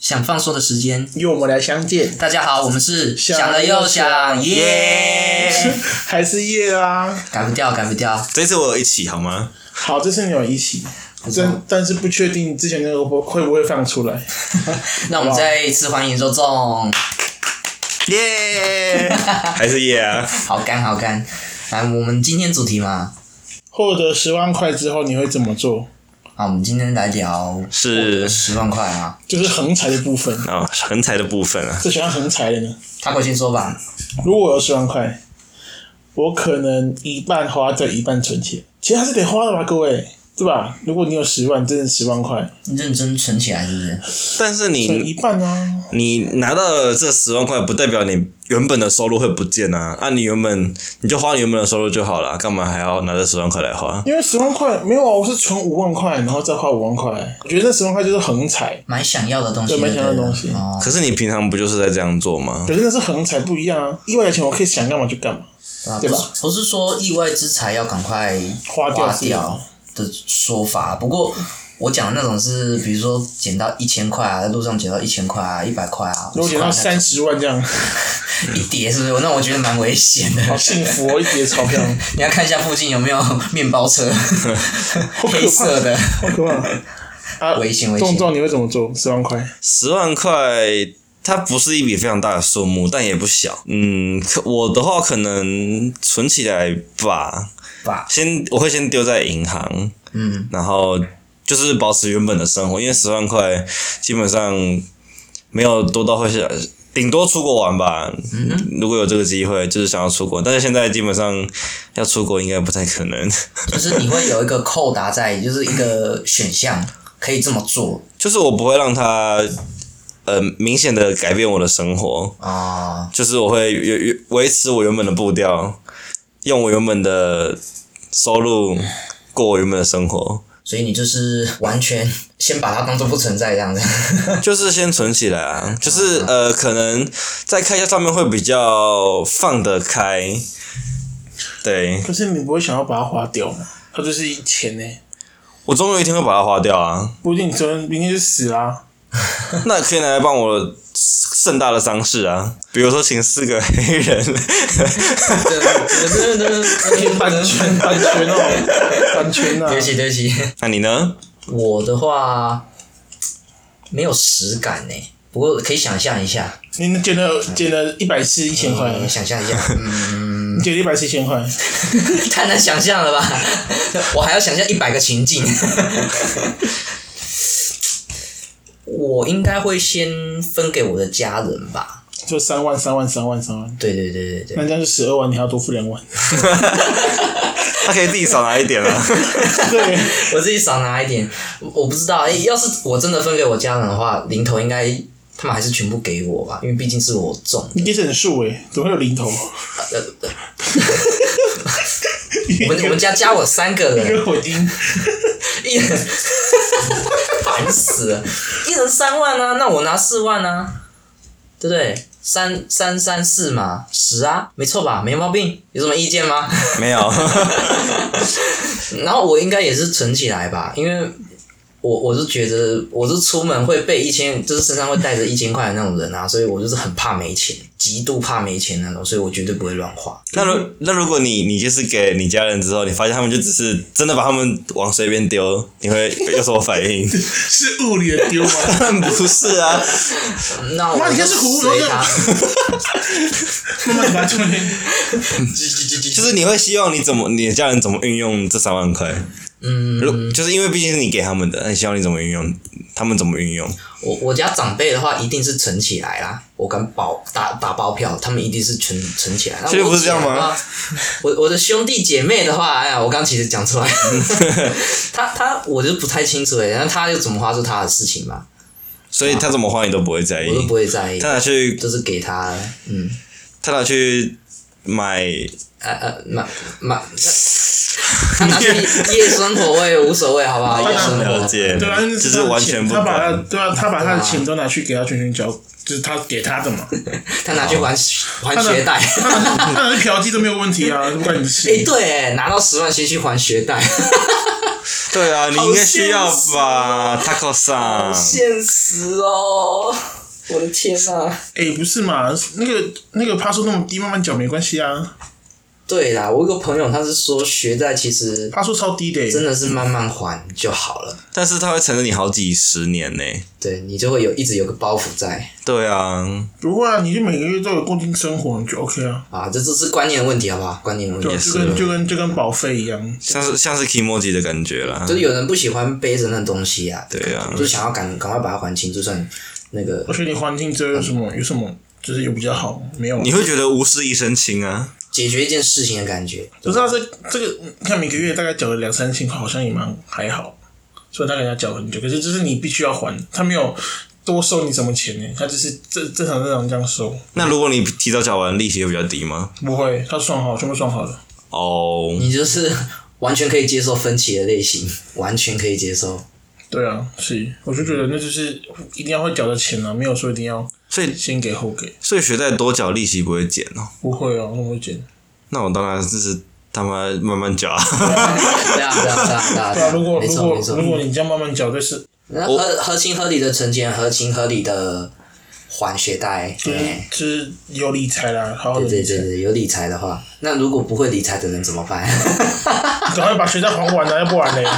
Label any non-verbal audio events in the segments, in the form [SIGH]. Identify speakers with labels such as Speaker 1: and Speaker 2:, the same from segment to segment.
Speaker 1: 想放松的时间。
Speaker 2: 又我们来相 [LAUGHS] 见，
Speaker 1: 大家好，我们是想了又想，耶！
Speaker 2: 还是夜啊。
Speaker 1: [LAUGHS] 改不掉，改不掉。
Speaker 3: 这次我有一起好吗？
Speaker 2: 好，这次你有一起，但但是不确定之前那个会会不会放出来。
Speaker 1: 那我们再一次欢迎周总，
Speaker 3: 耶、 [LAUGHS] 还是耶啊？
Speaker 1: 好干好干。来，我们今天主题嘛，
Speaker 2: 获得十万块之后你会怎么做？
Speaker 1: 啊，我们今天来聊
Speaker 3: 是
Speaker 1: 十万块啊。
Speaker 2: 就是横财的部分，
Speaker 3: 哦，横财的部分啊，
Speaker 2: 最喜欢横财的呢。
Speaker 1: 他可以先说吧，
Speaker 2: 如果我有十万块，我可能一半花在一半存钱，其实还是得花的吧，各位，对吧？如果你有十万，真的十万块，
Speaker 1: 认真存起来是不是？
Speaker 3: 但是
Speaker 2: 存
Speaker 3: 你
Speaker 2: 一半啊。
Speaker 3: 你拿到了这十万块，不代表你原本的收入会不见啊。按、你原本你就花你原本的收入就好了，干嘛还要拿这十万块来花？
Speaker 2: 因为十万块没有啊，我是存五万块，然后再花五万块。我觉得那十万块就是横财，
Speaker 1: 买想要的东西就
Speaker 2: 对
Speaker 1: 对
Speaker 2: 买
Speaker 1: 了，
Speaker 2: 想要的东西
Speaker 1: 哦，
Speaker 3: 可是你平常不就是在这样做吗？
Speaker 2: 可是那是横财不一样啊。意外的钱我可以想干嘛就干嘛，
Speaker 1: 对吧
Speaker 2: 对吧
Speaker 1: 不是说意外之财要赶快
Speaker 2: 花掉
Speaker 1: 花
Speaker 2: 是吧
Speaker 1: 掉的说法，不过我讲的那种是，比如说捡到一千块啊，在路上捡到一千块啊，一百块啊，
Speaker 2: 如果
Speaker 1: 50
Speaker 2: 捡
Speaker 1: 块
Speaker 2: 到
Speaker 1: 啊
Speaker 2: 三十万这样，
Speaker 1: 一叠，是不是？那我觉得蛮危险的。
Speaker 2: 好幸福哦，一叠钞
Speaker 1: [LAUGHS]
Speaker 2: 票，
Speaker 1: 你要看一下附近有没有面包车，
Speaker 2: 怕
Speaker 1: 黑色的。
Speaker 2: 好可怕啊！
Speaker 1: 危险危险
Speaker 2: 中中你会怎么做？十万块，
Speaker 3: 十万块，它不是一笔非常大的数目，但也不小。嗯，可我的话可能存起来吧，
Speaker 1: 吧，
Speaker 3: 先我会先丢在银行，
Speaker 1: 嗯，
Speaker 3: 然后就是保持原本的生活，因为十万块基本上没有多到会想，顶多出国玩吧。
Speaker 1: 嗯
Speaker 3: 如果有这个机会，就是想要出国，但是现在基本上要出国应该不太可能。 [LAUGHS]
Speaker 1: 就是你会有一个扣打在，就是一个选项可以这么做
Speaker 3: 就是我不会让它呃明显的改变我的生活，
Speaker 1: 啊、
Speaker 3: 就是我会维维持我原本的步调，用我原本的收入过我原本的生活，
Speaker 1: 所以你就是完全先把它当做不存在这样子。
Speaker 3: 就是先存起来啊，就是呃可能在开销上面会比较放得开，对
Speaker 2: 可是你不会想要把它花掉吗？它就是一钱呢、
Speaker 3: 我总有一天会把它花掉啊，
Speaker 2: 不一定昨天明天就死啦、
Speaker 3: 那可以拿来帮我。盛大的丧事啊，比如说请四个黑人， [LAUGHS]
Speaker 2: 版权版权哦，版权啊
Speaker 1: 对！不起，对不起，
Speaker 3: 那你呢？ [LAUGHS]
Speaker 1: 我的话没有实感呢、不过可以想象一下，
Speaker 2: 你捡了捡了一百次一千块，啊
Speaker 1: 嗯想象一下，嗯，
Speaker 2: 你捡了一百次一千块，
Speaker 1: [LAUGHS] 太难想象了吧？ [LAUGHS] 我还要想象一百个情境。 [LAUGHS] 我应该会先分给我的家人吧。
Speaker 2: 就三万三万三万三万，
Speaker 1: 对对对对
Speaker 2: 那 [LAUGHS]
Speaker 1: 对，
Speaker 2: 这样就十二万，你还要多付两万。
Speaker 3: 他可以自己少拿一点啊。
Speaker 2: 对，
Speaker 1: 我自己少拿一点，我我不知道。哎、要是我真的分给我家人的话，零头应该他们还是全部给我吧，因为毕竟是我中。
Speaker 2: 你给整数诶，怎么会有零头？
Speaker 1: 呃，
Speaker 2: [LAUGHS]
Speaker 1: 呃我们我们家加我三个人
Speaker 2: [LAUGHS] 一，个火金，
Speaker 1: 一人烦死了，一人三万啊，那我拿四万啊，对不对？三三三四嘛，十啊，没错吧？没毛病，有什么意见吗？
Speaker 3: [LAUGHS]
Speaker 1: [LAUGHS]
Speaker 3: 没有，
Speaker 1: 然后我应该也是存起来吧，因为我我是觉得我是出门会被一千，就是身上会带着一千块的那种人啊，所以我就是很怕没钱，极度怕没钱那种，所以我绝对不会乱花。
Speaker 3: 那如那如果你你就是给你家人之后，你发现他们就只是真的把他们往水边丢，你会有什么反应？
Speaker 2: 是物理的丢 [LAUGHS] 吗？
Speaker 3: 但不是啊，
Speaker 1: 那我
Speaker 2: 哇你
Speaker 1: 就
Speaker 2: 这是胡
Speaker 1: 随
Speaker 2: 说 [LAUGHS]
Speaker 1: 他，
Speaker 2: 慢慢拿出来。
Speaker 3: 就是你会希望你怎么你的家人怎么运用这三万块？
Speaker 1: 嗯。
Speaker 3: 如就是因为毕竟是你给他们的，那你希望你怎么运用，他们怎么运用？
Speaker 1: 我我家长辈的话，一定是存起来啦，我敢保打打包票，他们一定是存存起来。那
Speaker 3: 确定
Speaker 1: 我
Speaker 3: 不是这样吗
Speaker 1: 姐的话？我我的兄弟姐妹的话，哎呀，我刚其实讲
Speaker 3: [LAUGHS]
Speaker 1: 出来，他他我就不太清楚哎，然后他又怎么花出他的事情吧，
Speaker 3: 所以他怎么花你都不会在意
Speaker 1: 我，都不会在意，
Speaker 3: 他拿去
Speaker 1: 就是给他，嗯，
Speaker 3: 他拿去买，
Speaker 1: 呃呃，买
Speaker 3: [LAUGHS]
Speaker 1: 买，他拿去夜生活我也无所谓，好不好？夜生
Speaker 3: 了
Speaker 1: 活，
Speaker 3: 解，
Speaker 2: 对啊，那
Speaker 3: 就是
Speaker 2: 他
Speaker 3: 是
Speaker 2: 的
Speaker 3: 完
Speaker 2: 钱
Speaker 3: 全不
Speaker 2: 他把他
Speaker 3: 管。
Speaker 2: 对啊，他把他的钱都拿去给他全权交，就是他给他的嘛。
Speaker 1: 他拿去还还
Speaker 2: 他的
Speaker 1: 学贷。
Speaker 2: 他拿去他拿去嫖妓都没有问题啊，不管你的
Speaker 1: [LAUGHS]
Speaker 2: 事
Speaker 1: 哎、。对，哎拿到十万先去还学贷，
Speaker 3: 对啊，你应该需要
Speaker 1: 好现实嗯
Speaker 3: 吧，Taco 上。
Speaker 1: 现实哦。 [LAUGHS] 我的天呐、
Speaker 2: 哎、不是嘛，那个那个趴数那么低，慢慢缴没关系啊，
Speaker 1: 对啦，我有个朋友他是说学贷其实
Speaker 2: 趴数超低的、
Speaker 1: 真
Speaker 2: 欸，
Speaker 1: 的是慢慢还就好了，
Speaker 3: 但是它会缠着你好几十年呢、
Speaker 1: 对你就会有一直有个包袱在
Speaker 3: 对啊，
Speaker 2: 不会啊，你就每个月都有固定生活，你就 OK 啊，
Speaker 1: 啊，这这是观念的问题，好不好？观念的问
Speaker 2: 对啊，
Speaker 1: 题，
Speaker 2: 就
Speaker 3: 也
Speaker 2: 跟
Speaker 3: 是
Speaker 2: 就跟就跟保费一样，
Speaker 3: 像是像是 Kimoji 的感觉啦
Speaker 1: 就。是有人不喜欢背着那东西啊，
Speaker 3: 对啊
Speaker 1: 就想要赶赶快把它还清，就算那个
Speaker 2: 而且你环境这有什么有什么就是有比较好没有啊？
Speaker 3: 你会觉得无事一身轻啊，
Speaker 1: 解决一件事情的感觉，
Speaker 2: 不是啊，这这个你看每个月大概缴了两三千块，好像也蛮还好，所以大概要缴很久。可是就是你必须要还，他没有多收你什么钱呢、他就是正正常正常这样收，
Speaker 3: 那如果你提早缴完，利息就比较低吗？
Speaker 2: 不会，他算好，全部算好了。
Speaker 3: 哦、
Speaker 1: 你就是 [LAUGHS] 完全可以接受分歧的类型，完全可以接受。
Speaker 2: 对啊，是，我就觉得那就是一定要会缴的钱啊，没有说一定要
Speaker 3: 所以
Speaker 2: 先给后给，
Speaker 3: 所以学贷多缴利息不会减哦。
Speaker 2: 不会哦，那我会减。
Speaker 3: 那我当然就是他妈慢慢缴啊。 [LAUGHS]
Speaker 1: 对啊，对啊，对啊，对啊。
Speaker 2: 对啊，如果
Speaker 1: 没
Speaker 2: 如
Speaker 1: 错
Speaker 2: 果
Speaker 1: 没错
Speaker 2: 如，果你这样慢慢缴，就是
Speaker 1: 那合合情合理的存钱，合情合理的还学贷，
Speaker 2: 就是
Speaker 3: 嗯
Speaker 1: 哎
Speaker 2: 就是有理财啦，好好的
Speaker 1: 对对
Speaker 2: 理财
Speaker 1: 对，对，有理财的话，那如果不会理财的人怎么办？ [LAUGHS]
Speaker 2: 赶快把学贷还完啊，要不然嘞，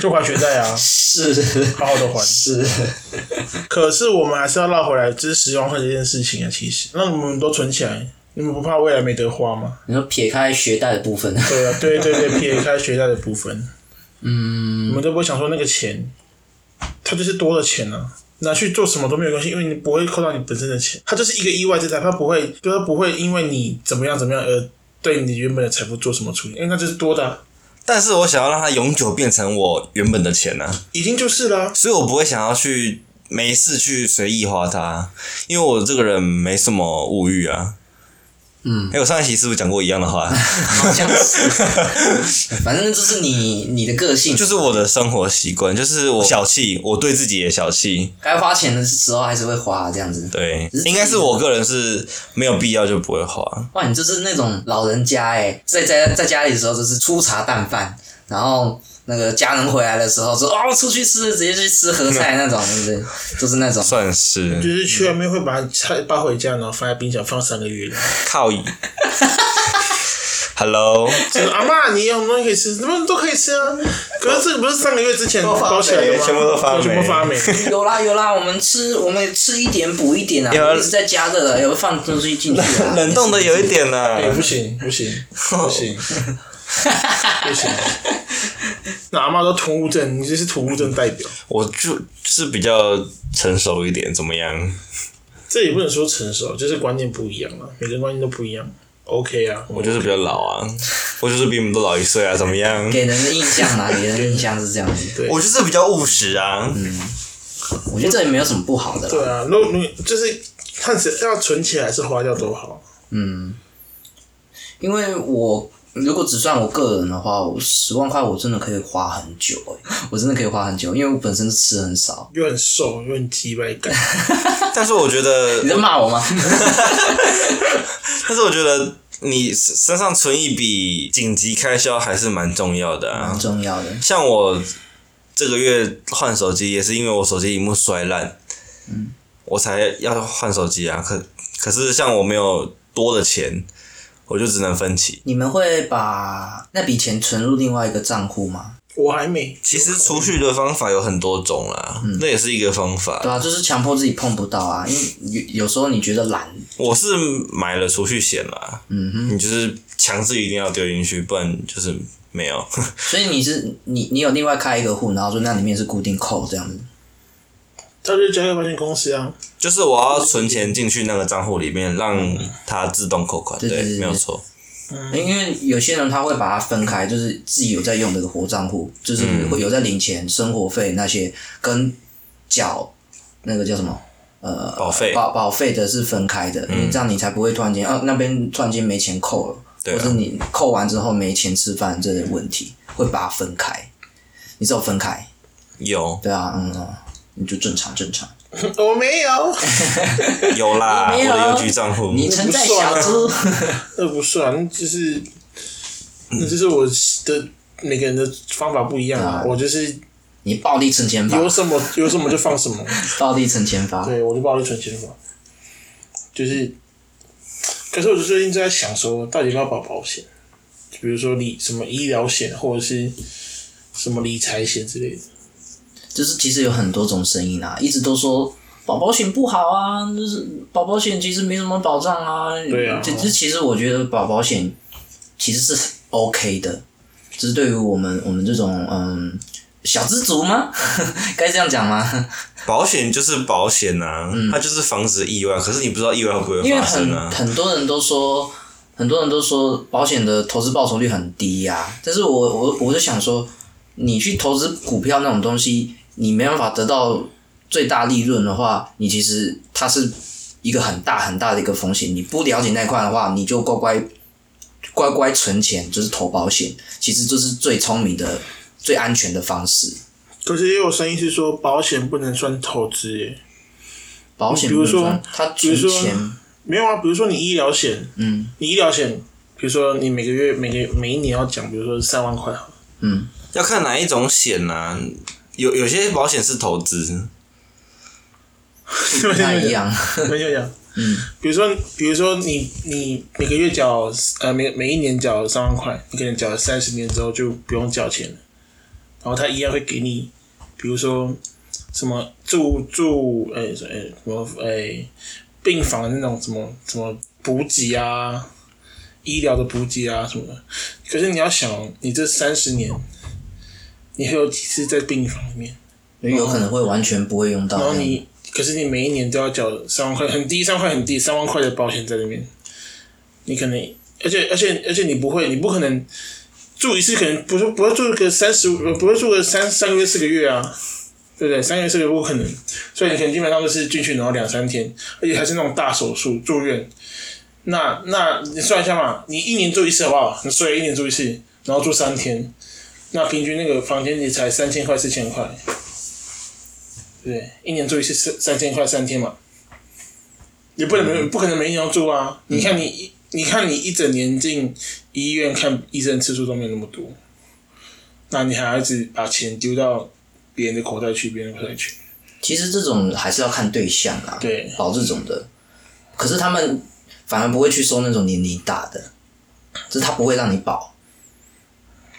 Speaker 2: 就还学贷啊，
Speaker 1: 是
Speaker 2: 好好的还。
Speaker 1: 是，
Speaker 2: 可是我们还是要绕回来，就是十万块这件事情啊。其实，那你们都存起来，你们不怕未来没得花吗？
Speaker 1: 你说撇开学贷的部分，
Speaker 2: 对啊，对对对，撇开学贷的部分，
Speaker 1: 嗯，
Speaker 2: 你们都不会想说那个钱，它就是多的钱啊，拿去做什么都没有关系，因为你不会扣到你本身的钱，它就是一个意外之财，它不会，就是它不会因为你怎么样怎么样而对你原本的财富做什么处理，因为那就是多的啊、
Speaker 3: 但是我想要让它永久变成我原本的钱呢、啊，
Speaker 2: 已经就是啦、
Speaker 3: 所以我不会想要去没事去随意花它，啊因为我这个人没什么物欲啊。
Speaker 1: 嗯
Speaker 3: 哎、我上一期是不是讲过一样的话？
Speaker 1: 好像是，反正就是你你的个性，
Speaker 3: 就是我的生活习惯，就是我小气，我对自己也小气。
Speaker 1: 该花钱的时候还是会花啊这样子。
Speaker 3: 对，应该是我个人是没有必要就不会花。
Speaker 1: 哇，你就是那种老人家哎、在在在家里的时候就是粗茶淡饭，然后那个家人回来的时候说哦出去吃，直接去吃合菜那种，对不对？就是那种
Speaker 3: 算
Speaker 2: 就是是去外面会把菜抱回家，然后放在冰箱放三个月的。
Speaker 3: 靠，Hello，
Speaker 2: 就是阿妈，你有东西可以吃，什么都可以吃啊。可是这个不是上个月之前包起来的吗？
Speaker 3: 全部都发霉
Speaker 2: 全部发霉。
Speaker 1: 有啦有啦，我们吃我们吃一点补一点啊，
Speaker 3: 有
Speaker 1: 一直在加热啊，有放东西进去啊，
Speaker 3: [LAUGHS] 冷冻的有一点呢、啊
Speaker 2: 哎，不行不行 [LAUGHS] 不行不行！那阿妈都囤物症，你这是囤物症代表。
Speaker 3: 我就就是比较成熟一点，怎么样？
Speaker 2: 这也不能说成熟，就是观念不一样了，每个人观念都不一样。OK 啊，
Speaker 3: 我就是比较老啊，我就是比你们都老一岁啊，怎么样？
Speaker 1: 给人的印象啊，给人的印象是这样子。
Speaker 2: 对
Speaker 3: 我就是比较务实啊。
Speaker 1: 我觉得这也没有什么不好的啦。
Speaker 2: 对啊，如果你就是看谁要存起来还是花掉都好。
Speaker 1: 嗯，因为我如果只算我个人的话，我十万块我真的可以花很久、欸、我真的可以花很久，因为我本身吃很少。
Speaker 2: 又很瘦，又很鸡掰感，
Speaker 3: 但是我觉
Speaker 1: 你
Speaker 3: 得，
Speaker 1: 在骂我
Speaker 3: [LAUGHS]
Speaker 1: 吗？
Speaker 3: 但是我觉得你身上存一笔紧急开销还是蛮重要的啊
Speaker 1: 很。重要的，
Speaker 3: 像我这个月换手机，也是因为我手机屏幕摔烂，
Speaker 1: 嗯
Speaker 3: 我才要换手机啊。可可是像我没有多的钱，我就只能分期。
Speaker 1: 你们会把那笔钱存入另外一个账户吗？
Speaker 2: [LAUGHS] 我还没。
Speaker 3: 其实储蓄的方法有很多种啦，那也是一个方法。
Speaker 1: 嗯对啊，就是强迫自己碰不到啊，因为有有时候你觉得懒，
Speaker 3: 我是买了储蓄险啦，
Speaker 1: 嗯哼，
Speaker 3: 你就是强制一定要丢进去，不然就是没有。 [LAUGHS]
Speaker 1: 所以你是你你有另外开一个户，然后说那里面是固定扣这样子，
Speaker 2: 他就交给保险公司啊。
Speaker 3: 就是我要存钱进去那个账户里面，让它自动扣款。
Speaker 1: 对对对
Speaker 3: 没有错。嗯
Speaker 1: 因为有些人他会把它分开，就是自己有在用的活账户，就是
Speaker 3: 嗯
Speaker 1: 会有在领钱、生活费那些，跟缴那个叫什么呃
Speaker 3: 保费嗯
Speaker 1: 保保费的是分开的，因为这样你才不会突然间啊那边突然间没钱扣了，
Speaker 3: 对
Speaker 1: 或
Speaker 3: 啊
Speaker 1: 者你扣完之后没钱吃饭这类问题，会把它分开。你只有分开，
Speaker 3: 有
Speaker 1: 对啊，嗯，嗯你就正常正常。
Speaker 2: 我没有，
Speaker 3: 有
Speaker 1: [LAUGHS]
Speaker 3: 啦，
Speaker 1: 没有
Speaker 3: 我的邮局账户。
Speaker 1: 你存在
Speaker 2: 不算
Speaker 1: 小
Speaker 2: 啊
Speaker 1: 猪，
Speaker 2: 那不算，那就是，那就是我的每个人的方法不一样
Speaker 1: 对
Speaker 2: 啊。
Speaker 1: 啊
Speaker 2: 我就是
Speaker 1: [LAUGHS] 你暴力存钱法，
Speaker 2: 有什么有什么就放什
Speaker 1: [LAUGHS]
Speaker 2: 么。
Speaker 1: 暴力存钱法，
Speaker 2: 对，我就暴力存钱法，就是，可是我就最近就在想说，到底要不要保险？比如说理什么医疗险，或者是什么理财险之类的。
Speaker 1: 就是其实有很多种声音啊，一直都说宝宝险不好啊，就是宝宝险其实没什么保障啊。
Speaker 2: 对啊
Speaker 1: 这这其实我觉得宝宝险其实是 OK 的，只是对于我们我们这种嗯小资族吗？ [LAUGHS] 该这样讲吗？
Speaker 3: 保险就是保险啊，它就是防止意外，可是你不知道意外会不会
Speaker 1: 嗯因为
Speaker 3: 发生
Speaker 1: 很
Speaker 3: 啊。
Speaker 1: 很多人都说，很多人都说保险的投资报酬率很低呀、但是我我我就想说，你去投资股票那种东西，你没办法得到最大利润的话，你其实它是一个很大很大的一个风险。你不了解那一块的话，你就乖乖乖乖存钱，就是投保险，其实这是最聪明的、最安全的方式。
Speaker 2: 可是也有声音是说，保险不能算投资耶。
Speaker 1: 保险
Speaker 2: 比
Speaker 1: 不
Speaker 2: 如
Speaker 1: 能
Speaker 2: 说
Speaker 1: 赚，它
Speaker 2: 比
Speaker 1: 存
Speaker 2: 如说
Speaker 1: 钱，
Speaker 2: 没有啊，比如说你医疗险，
Speaker 1: 嗯
Speaker 2: 你医疗险，比如说你每个月、每个每一年要讲，比如说三万块好了，
Speaker 1: 嗯，
Speaker 3: 要看哪一种险啊，有有些保险是投资，
Speaker 1: 不
Speaker 2: [LAUGHS]
Speaker 1: 太一样。
Speaker 2: 没有讲。
Speaker 1: 嗯，
Speaker 2: 比如说，比如说你你每个月缴呃每每一年缴三万块，你可能缴三十年之后就不用缴钱了，然后他一样会给你，比如说什么住住哎哎什么哎病房的那种什么什么补给啊，医疗的补给啊什么的。可是你要想，你这三十年，你会有几次在病房里面？
Speaker 1: 因为有可能会完全不会用到。
Speaker 2: 然后你，可是你每一年都要缴三万块，很低，三万块很低，三万块的保险在里面。你可能，而且而且而且你不会，你不可能住一次，可能不是不会住个三十五，呃不会住个三三个月四个月啊，对不对？三个月四个月不可能，所以你可能基本上都是进去然后两三天，而且还是那种大手术住院。那那你算一下嘛，你一年住一次好不好？你所以一年住一次，然后住三天，那平均那个房间也才三千块四千块。对，一年住一次三三千块三天嘛，也不能每、不可能每一年要住啊！你看你一你看你一整年进医院看医生次数都没有那么多，那你还要一直把钱丢到别人的口袋去，别人的口袋去，
Speaker 1: 其实这种还是要看对象啊，
Speaker 2: 对
Speaker 1: 保这种的。可是他们反而不会去收那种年龄大的，就是他不会让你保，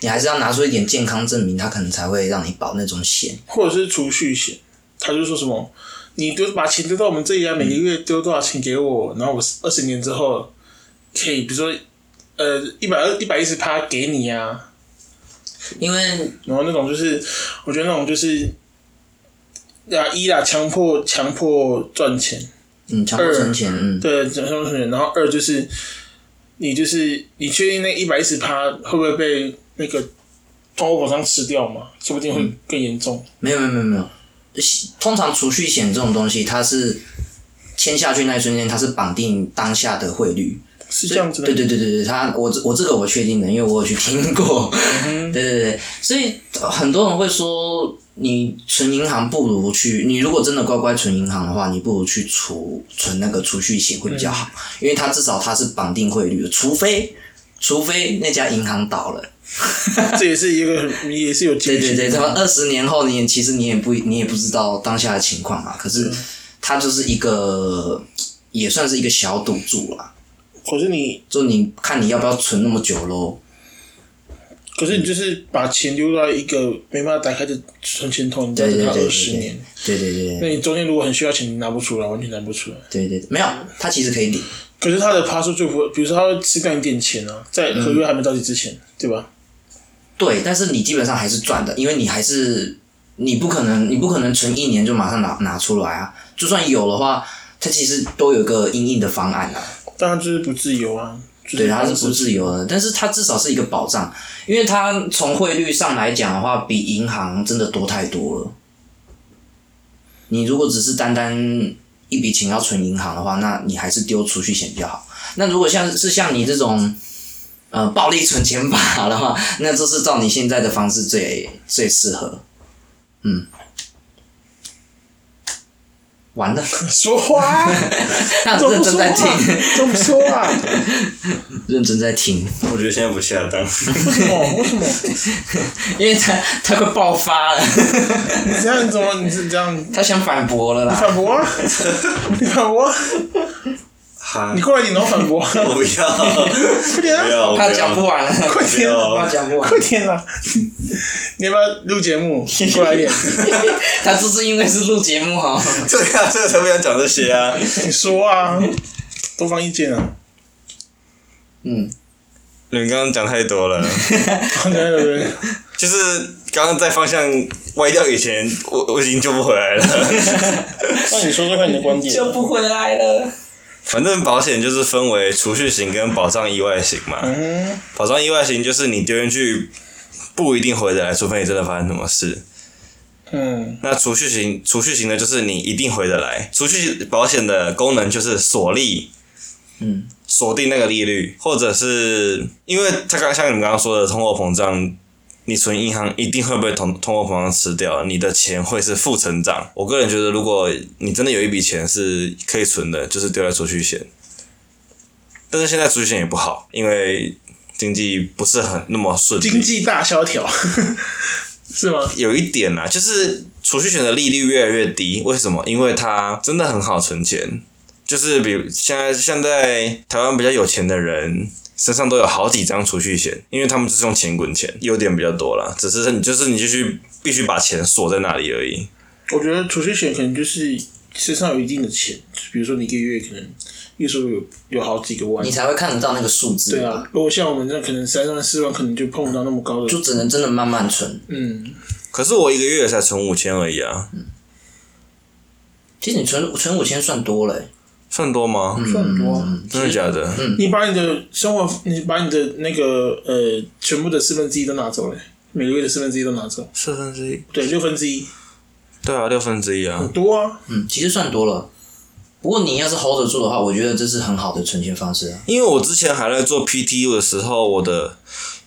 Speaker 1: 你还是要拿出一点健康证明，他可能才会让你保那种险。
Speaker 2: 或者是储蓄险，他就说什么你丢把钱丢到我们这里啊，每个月丢多少钱给我，然后我二十年之后可以比如说呃一百二一百一十趴给你啊，
Speaker 1: 因为
Speaker 2: 然后那种就是，我觉得那种就是，啊一啦，强迫强迫赚钱，
Speaker 1: 嗯，强迫存钱，嗯，
Speaker 2: 对，强迫赚钱。然后二就是，你就是你确定那一百一十趴会不会被那个通货膨胀吃掉嘛？说不定
Speaker 1: 嗯
Speaker 2: 会更严重。
Speaker 1: 没有没有没有没有，通常储蓄险这种东西，它是签下去那一瞬间，它是绑定当下的汇率，
Speaker 2: 是这样子的。
Speaker 1: 对对对对对，他我这我这个我确定的，因为我有去听过。
Speaker 2: 嗯
Speaker 1: [LAUGHS] 对对对，所以呃很多人会说，你存银行不如去，你如果真的乖乖存银行的话，你不如去储存那个储蓄险会比较好，因为它至少它是绑定汇率的，除非除非那家银行倒了。
Speaker 2: 这也是一个很也是有
Speaker 1: 对
Speaker 2: 机
Speaker 1: 对
Speaker 2: 制 [LAUGHS]
Speaker 1: 对，他们二十年后你也其实你也不你也不知道当下的情况嘛，可是它就是一个也算是一个小赌注啦，
Speaker 2: 可是你，
Speaker 1: 就你看你要不要存那么久喽。
Speaker 2: 可是你就是把钱丢到一个没办法打开的存钱筒，你要
Speaker 1: 对对
Speaker 2: 等
Speaker 1: 对
Speaker 2: 它
Speaker 1: 对
Speaker 2: 二
Speaker 1: 对
Speaker 2: 十年。
Speaker 1: 对对对
Speaker 2: 那你中间如果很需要钱，你拿不出来，完全拿不出来。
Speaker 1: 对对，对没有，他其实可以领，
Speaker 2: 可是他的趴数就不会，比如说他会吃掉一点钱啊，在合约还没到期之前，
Speaker 1: 嗯
Speaker 2: 对吧？
Speaker 1: 对，但是你基本上还是赚的，因为你还是你不可能你不可能存一年就马上拿拿出来啊，就算有的话，它其实都有一个因应的方案啊，
Speaker 2: 但他就是不自由啊，就是、
Speaker 1: 对，它是不自由的，但是它至少是一个保障，因为它从汇率上来讲的话，比银行真的多太多了。你如果只是单单一笔钱要存银行的话，那你还是丢储蓄险比较好。那如果像是像你这种，呃，暴力存钱法的话，那这是照你现在的方式最最适合。嗯，完了， [LAUGHS]
Speaker 2: 说话，啊
Speaker 1: 他
Speaker 2: 怎么
Speaker 1: 认
Speaker 2: 不
Speaker 1: 真
Speaker 2: 说
Speaker 1: 在听
Speaker 2: 话，？啊怎么不说啊话？
Speaker 1: 认真在听，
Speaker 3: 我觉得现在不恰 [LAUGHS] 当。
Speaker 2: 为什么？为什么？
Speaker 1: 因为他他快爆发了，
Speaker 2: 你 [LAUGHS] 这样怎么？你是这样
Speaker 1: 他想反驳了啦。
Speaker 2: 反驳
Speaker 1: [LAUGHS]
Speaker 2: 啊？你反驳啊？
Speaker 3: 哈
Speaker 2: 你，过来，你能反驳啊？
Speaker 3: 我不要，
Speaker 2: 快点啊！
Speaker 3: 不要，我
Speaker 1: 他
Speaker 3: 不
Speaker 1: 讲不
Speaker 3: 要。
Speaker 1: 完了，
Speaker 2: [LAUGHS] 快点啊！
Speaker 1: 他讲不完
Speaker 2: 快。点啊！你要不要录节目？过来一点，
Speaker 1: [LAUGHS] 他这是因为是录节目哦哈，
Speaker 3: 对啊，这个才不想讲这些啊。
Speaker 2: 你说啊，多方意见啊！
Speaker 1: 嗯，
Speaker 3: 你们刚刚讲太多了，
Speaker 2: 对对对，
Speaker 3: 就是刚刚在方向歪掉以前，我我已经救不回来了。
Speaker 2: 那你说说看你的观点。啊
Speaker 1: 就不回来了。
Speaker 3: 反正保险就是分为储蓄型跟保障意外型嘛。
Speaker 2: 嗯，
Speaker 3: 保障意外型就是你丢进去不一定回得来，除非你真的发生什么事。
Speaker 2: 嗯，
Speaker 3: 那储蓄型储蓄型的就是你一定回得来。储蓄保险的功能就是锁利，
Speaker 1: 嗯，
Speaker 3: 锁定那个利率，或者是因为它刚像你们刚刚说的通货膨胀。你存银行一定会被通通货膨胀吃掉，你的钱会是负成长。我个人觉得，如果你真的有一笔钱是可以存的，就是丢在储蓄险。但是现在储蓄险也不好，因为经济不是很那么顺利。
Speaker 2: 经济大萧条 [LAUGHS] 是吗？
Speaker 3: 有一点啦、就是储蓄险的利率越来越低，为什么？因为它真的很好存钱，就是比如现在现在台湾比较有钱的人。身上都有好几张储蓄险，因为他们就是用钱滚钱，优点比较多啦。只是你就是你就去必须把钱锁在那里而已。
Speaker 2: 我觉得储蓄险可能就是身上有一定的钱，比如说你一个月可能月收入有有好几个万
Speaker 1: 你。才会看得到那个数字。
Speaker 2: 对啊，，如果像我们这样可能三万四万，可能就碰不到那么高的。
Speaker 1: 就只能真的慢慢存。
Speaker 2: 嗯，
Speaker 3: 可是我一个月才存五千而已啊，
Speaker 1: 其实你存存五千算多了、欸，
Speaker 3: 算多吗？
Speaker 2: 算很多啊。
Speaker 3: 真的假的？
Speaker 2: 你把你的生活，你把你的那个呃，全部的四分之一都拿走了，每个月的四分之一都拿走，
Speaker 3: 四分之一？
Speaker 2: 对，六分之一，
Speaker 3: 对啊，六分之一啊
Speaker 2: 很。多啊。
Speaker 1: 嗯，其实算多了。不过你要是 hold 得住的话，我觉得这是很好的存钱方式啊。
Speaker 3: 因为我之前还在做 PTU 的时候，我的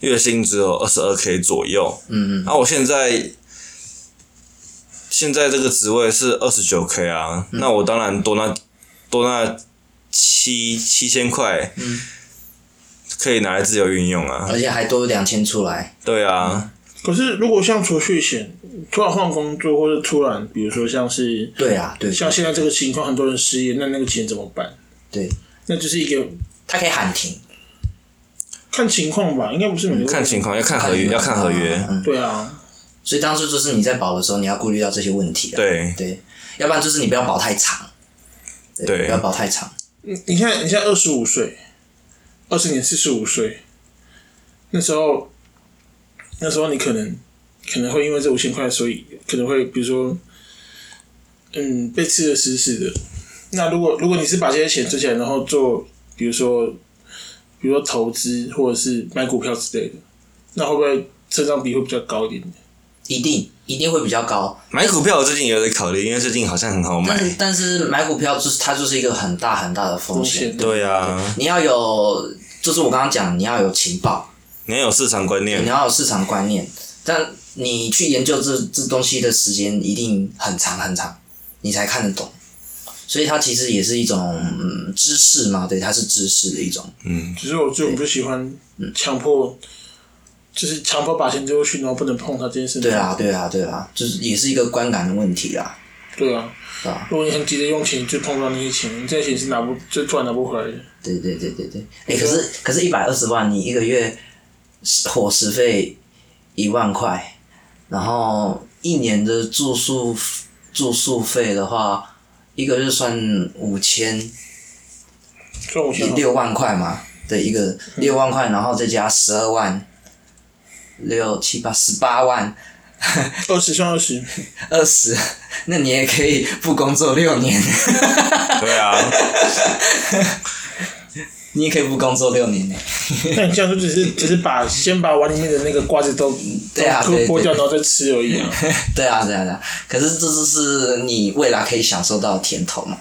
Speaker 3: 月薪只有二十二 K 左右。
Speaker 1: 嗯嗯
Speaker 3: 那、我现在现在这个职位是二十九 K 啊，
Speaker 1: 嗯
Speaker 3: 那我当然多那多那七七千块，
Speaker 1: 嗯哎
Speaker 3: 可以拿来自由运用啊。
Speaker 1: 而且还多两千出来。
Speaker 3: 对啊，
Speaker 2: 可是如果像储蓄险，突然换工作，或者突然，比如说像是
Speaker 1: 对啊，对，
Speaker 2: 像现在这个情况，很多人失业，那那个钱怎么办？
Speaker 1: 对，
Speaker 2: 那就是一个
Speaker 1: 他可以喊停，
Speaker 2: 看情况吧，应该不是每个人
Speaker 3: 嗯看情。况要看合约，要看合约。
Speaker 1: 嗯，
Speaker 2: 对啊，
Speaker 1: 所以当初就是你在保的时候，你要顾虑到这些问题啊。
Speaker 3: 对
Speaker 1: 对，要不然就是你不要保太长。
Speaker 3: 对
Speaker 1: 不要保太长。
Speaker 2: 你你现在你现在二十五岁，二十年四十五岁，那时候那时候你可能可能会因为这五千块，所以可能会比如说，嗯，被吃的死死的。那如果如果你是把这些钱存起来，然后做比如说比如说投资或者是买股票之类的，那会不会成长比会比较高一点？
Speaker 1: 一定一定会比较高，
Speaker 3: 买股票我最近也有在考虑，因为最近好像很好
Speaker 1: 但是
Speaker 3: 买。
Speaker 1: 但是买股票就是它就是一个很大很大的风
Speaker 2: 风
Speaker 1: 险
Speaker 2: 险，
Speaker 3: 对啊，
Speaker 1: 你要有，就是我刚刚讲，你要有情报，
Speaker 3: 你要有市场观
Speaker 1: 你 [LAUGHS]
Speaker 3: 念，
Speaker 1: 要有市场观念，但你去研究这这东西的时间一定很长很长，你才看得懂。所以它其实也是一种、嗯、知识嘛，对，它是知识的一种。
Speaker 3: 嗯，
Speaker 2: 只是我就不喜欢
Speaker 1: 嗯
Speaker 2: 强迫，就是强迫把钱丢出去，然后不能碰它这件事情。
Speaker 1: 对啊，对啊，对啊，就是也是一个观感的问题啦，
Speaker 2: 对啊，
Speaker 1: 对吧？
Speaker 2: 如果你很急着用钱，就碰不到那些钱，你这些钱是拿不，就突然拿不回来的。
Speaker 1: 对对对对对。哎、可是可是，一百二十万，你一个月食伙食费一万块，然后一年的住宿住宿费的话，一个月算五千，
Speaker 2: 赚五千好，
Speaker 1: 六万块嘛的一个六万块，然后再加十二万，六七八十八万，
Speaker 2: 二十算二十， [LAUGHS]
Speaker 1: 二十，那你也可以不工作六年，
Speaker 3: 对啊，
Speaker 1: 你也可以不工作六年呢。
Speaker 2: 那你这样就只是只是把先把碗里面的那个瓜子都
Speaker 1: [LAUGHS] 对啊
Speaker 2: 都
Speaker 1: 对
Speaker 2: 剥掉，
Speaker 1: 对
Speaker 2: 然后再吃
Speaker 1: [LAUGHS]
Speaker 2: 而已啊。
Speaker 1: 对啊，对啊，对啊。可是这就是你未来可以享受到的甜头嘛，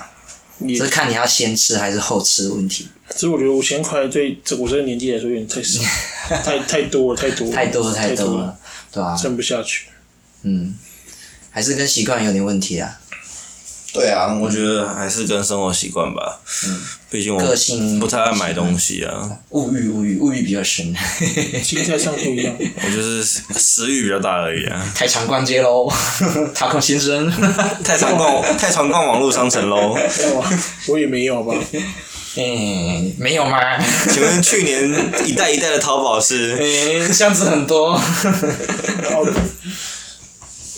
Speaker 2: 也
Speaker 1: 这是看你要先吃还是后吃的问题，
Speaker 2: 只是我觉得五千块对这我这个年纪来说有点
Speaker 1: [LAUGHS]
Speaker 2: 太少，太太多了，太多了，
Speaker 1: 太多了，
Speaker 2: 太
Speaker 1: 太多，了，对吧、
Speaker 2: 撑不下去。
Speaker 1: 嗯，还是跟习惯有点问题啊。
Speaker 3: 对啊，我觉得还是跟生活习惯吧。毕竟我
Speaker 1: 个性
Speaker 3: 不太爱买东
Speaker 1: [LAUGHS]
Speaker 3: 西啊，
Speaker 1: 物欲物欲物欲比较 [LAUGHS] 深，
Speaker 2: 心态上不一样。
Speaker 3: 我就是食欲比较大而已啊。
Speaker 1: 太常逛街喽， [LAUGHS] 查控先 [LAUGHS] 生。
Speaker 3: 太常逛， [LAUGHS] 太常逛网络商城喽。
Speaker 2: 没有啊，我也没有吧。
Speaker 1: 嗯，没有吗？
Speaker 3: 请问去年一代一代的淘宝是？
Speaker 1: 嗯，箱子很多。
Speaker 2: 哦，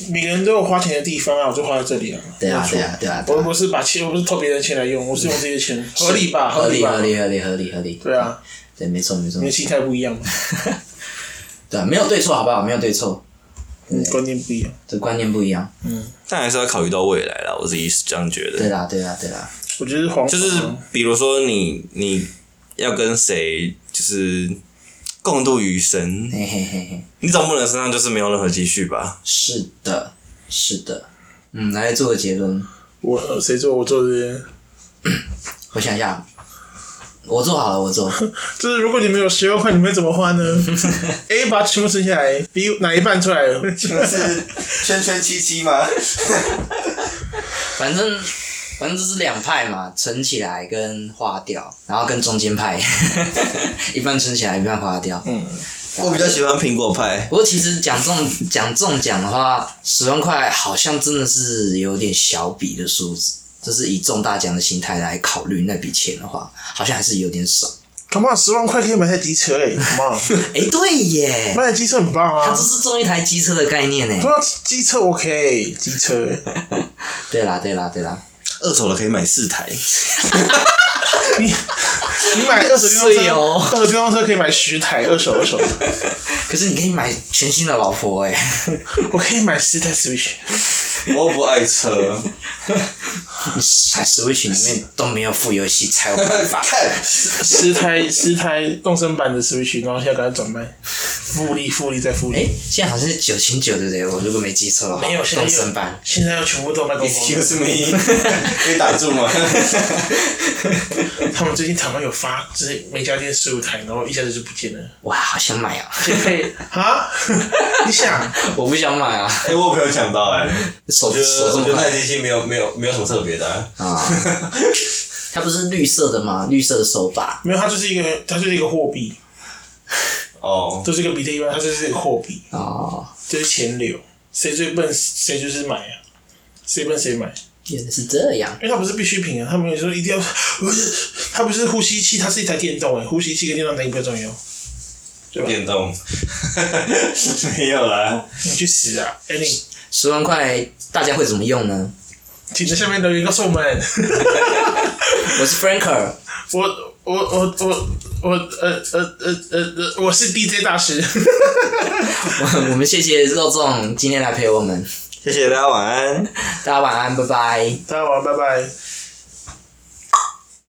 Speaker 2: 每个人都有花钱的地方啊，我就花在这里啊。
Speaker 1: [LAUGHS] 对啊，
Speaker 2: 没
Speaker 1: 对
Speaker 2: 有错
Speaker 1: 啊，对啊，对
Speaker 2: 我
Speaker 1: 啊
Speaker 2: 不是把钱，我不是偷别人的钱来用，我是用自己的钱，合理吧？
Speaker 1: 合
Speaker 2: 理
Speaker 1: 理，
Speaker 2: 吧
Speaker 1: 合？理，合理，合理，合理。
Speaker 2: 对啊，
Speaker 1: 对，没错，没错
Speaker 2: 你的。心态不一样嘛，
Speaker 1: 对啊，没有对错，好不好？没有对错，
Speaker 2: 嗯，观念不一样。
Speaker 1: 这观念不一样。
Speaker 3: 但还是要考虑到未来啦，我自己是这样觉得。
Speaker 1: 对啦，对啦，对啦。
Speaker 2: 我觉得黄
Speaker 3: 就是比如说你你要跟谁就是共度余生，
Speaker 1: 嘿嘿嘿嘿，
Speaker 3: 你总不能身上就是没有任何积蓄
Speaker 1: [LAUGHS]
Speaker 3: 吧？
Speaker 1: 是的，是的。嗯，来做个结论。
Speaker 2: 我呃谁做我做这些，
Speaker 1: 我想一下，我做好了，我做。
Speaker 2: 就是如果你们有十万块，你们会怎么花呢？A 把它全部存下来，B 拿一半出来，
Speaker 3: 是圈圈七七吗？
Speaker 1: 反正反正这是两派嘛，存起来跟花掉，然后跟中间派， [LAUGHS] 一半存起来，一半花掉。嗯，
Speaker 3: 我比较喜欢苹果派，
Speaker 1: 不过其实讲中 [LAUGHS] 讲中奖的话，十万块好像真的是有点小笔的数字，就是以中大奖的心态来考虑那笔钱的话，好像还是有点少。
Speaker 2: 干嘛十万块可以买台机车哎、欸，干嘛？
Speaker 1: 哎、对耶，
Speaker 2: [LAUGHS] 买台机车很棒
Speaker 1: 它
Speaker 2: 啊
Speaker 1: 这。是中一台机车的概念呢
Speaker 2: 不。要机车 OK，机车
Speaker 1: 对啦，对啦，对啦，
Speaker 3: 二手的可以买四台，
Speaker 2: 你买二手电动
Speaker 1: 是
Speaker 2: 车，
Speaker 1: 哦
Speaker 2: 二手电动车可以买十台，二手二手，
Speaker 1: 可是你可以买全新的老婆哎，
Speaker 2: 我可以买十台 Switch。
Speaker 3: 我又不爱车，
Speaker 1: 在 Switch 里面都没有副游戏才有办法。
Speaker 3: 哎
Speaker 2: 十台十台动身版的 Switch，然后现在赶快转卖，复利复利再复
Speaker 1: 哎
Speaker 2: 利。，
Speaker 1: 现在好像是九千九，对不对？我如果没记错的话，
Speaker 2: 没有，现在
Speaker 1: 动
Speaker 2: 又
Speaker 1: 身版。
Speaker 2: 现在要全部都卖光光了。
Speaker 3: me，可以打住 [LAUGHS] 吗？
Speaker 2: 他们最近台湾有发，就是每家店十五台，然后一下子就不见了。
Speaker 1: 哇，好想买啊！
Speaker 2: 现在可以啊？ [LAUGHS] 你想
Speaker 1: 我不想买啊，
Speaker 3: 哎、我有朋友抢到哎、
Speaker 1: 手
Speaker 3: 我觉
Speaker 1: 手
Speaker 3: 得
Speaker 1: 这
Speaker 3: 我
Speaker 1: 么
Speaker 3: 觉得那
Speaker 1: 快
Speaker 3: 机器没有没有没有什么特别的、啊，
Speaker 1: 啊！它不是绿色的吗？绿色的手把，
Speaker 2: 没有？它就是一个，它就是一个货币，
Speaker 3: [LAUGHS] 哦，
Speaker 2: 就是一个比特币，它就是一个货币，
Speaker 1: 哦，
Speaker 2: 就是钱流，谁最笨谁就是买啊，谁笨谁买。
Speaker 1: 原来是这样。
Speaker 2: 因为它不是必需品啊，他们有时候一定要， [LAUGHS] 不是它不是呼吸器，它是一台电动哎、呼吸器跟电动哪一个重要？
Speaker 3: 电 [LAUGHS] 动，没有啦，
Speaker 2: 你去死啊！哎、你
Speaker 1: 十万块大家会怎么用呢？
Speaker 2: 请在下面留言告诉我 [LAUGHS] 们。
Speaker 1: 我是 Franker，
Speaker 2: 我我我我我呃呃呃呃呃，我是 DJ 大 [LAUGHS] 师，
Speaker 1: 我我 [LAUGHS] 们谢谢肉粽今天来陪我们，
Speaker 3: 谢谢大家，晚安。
Speaker 1: 大家晚安，拜拜。
Speaker 2: 大家晚安，拜拜。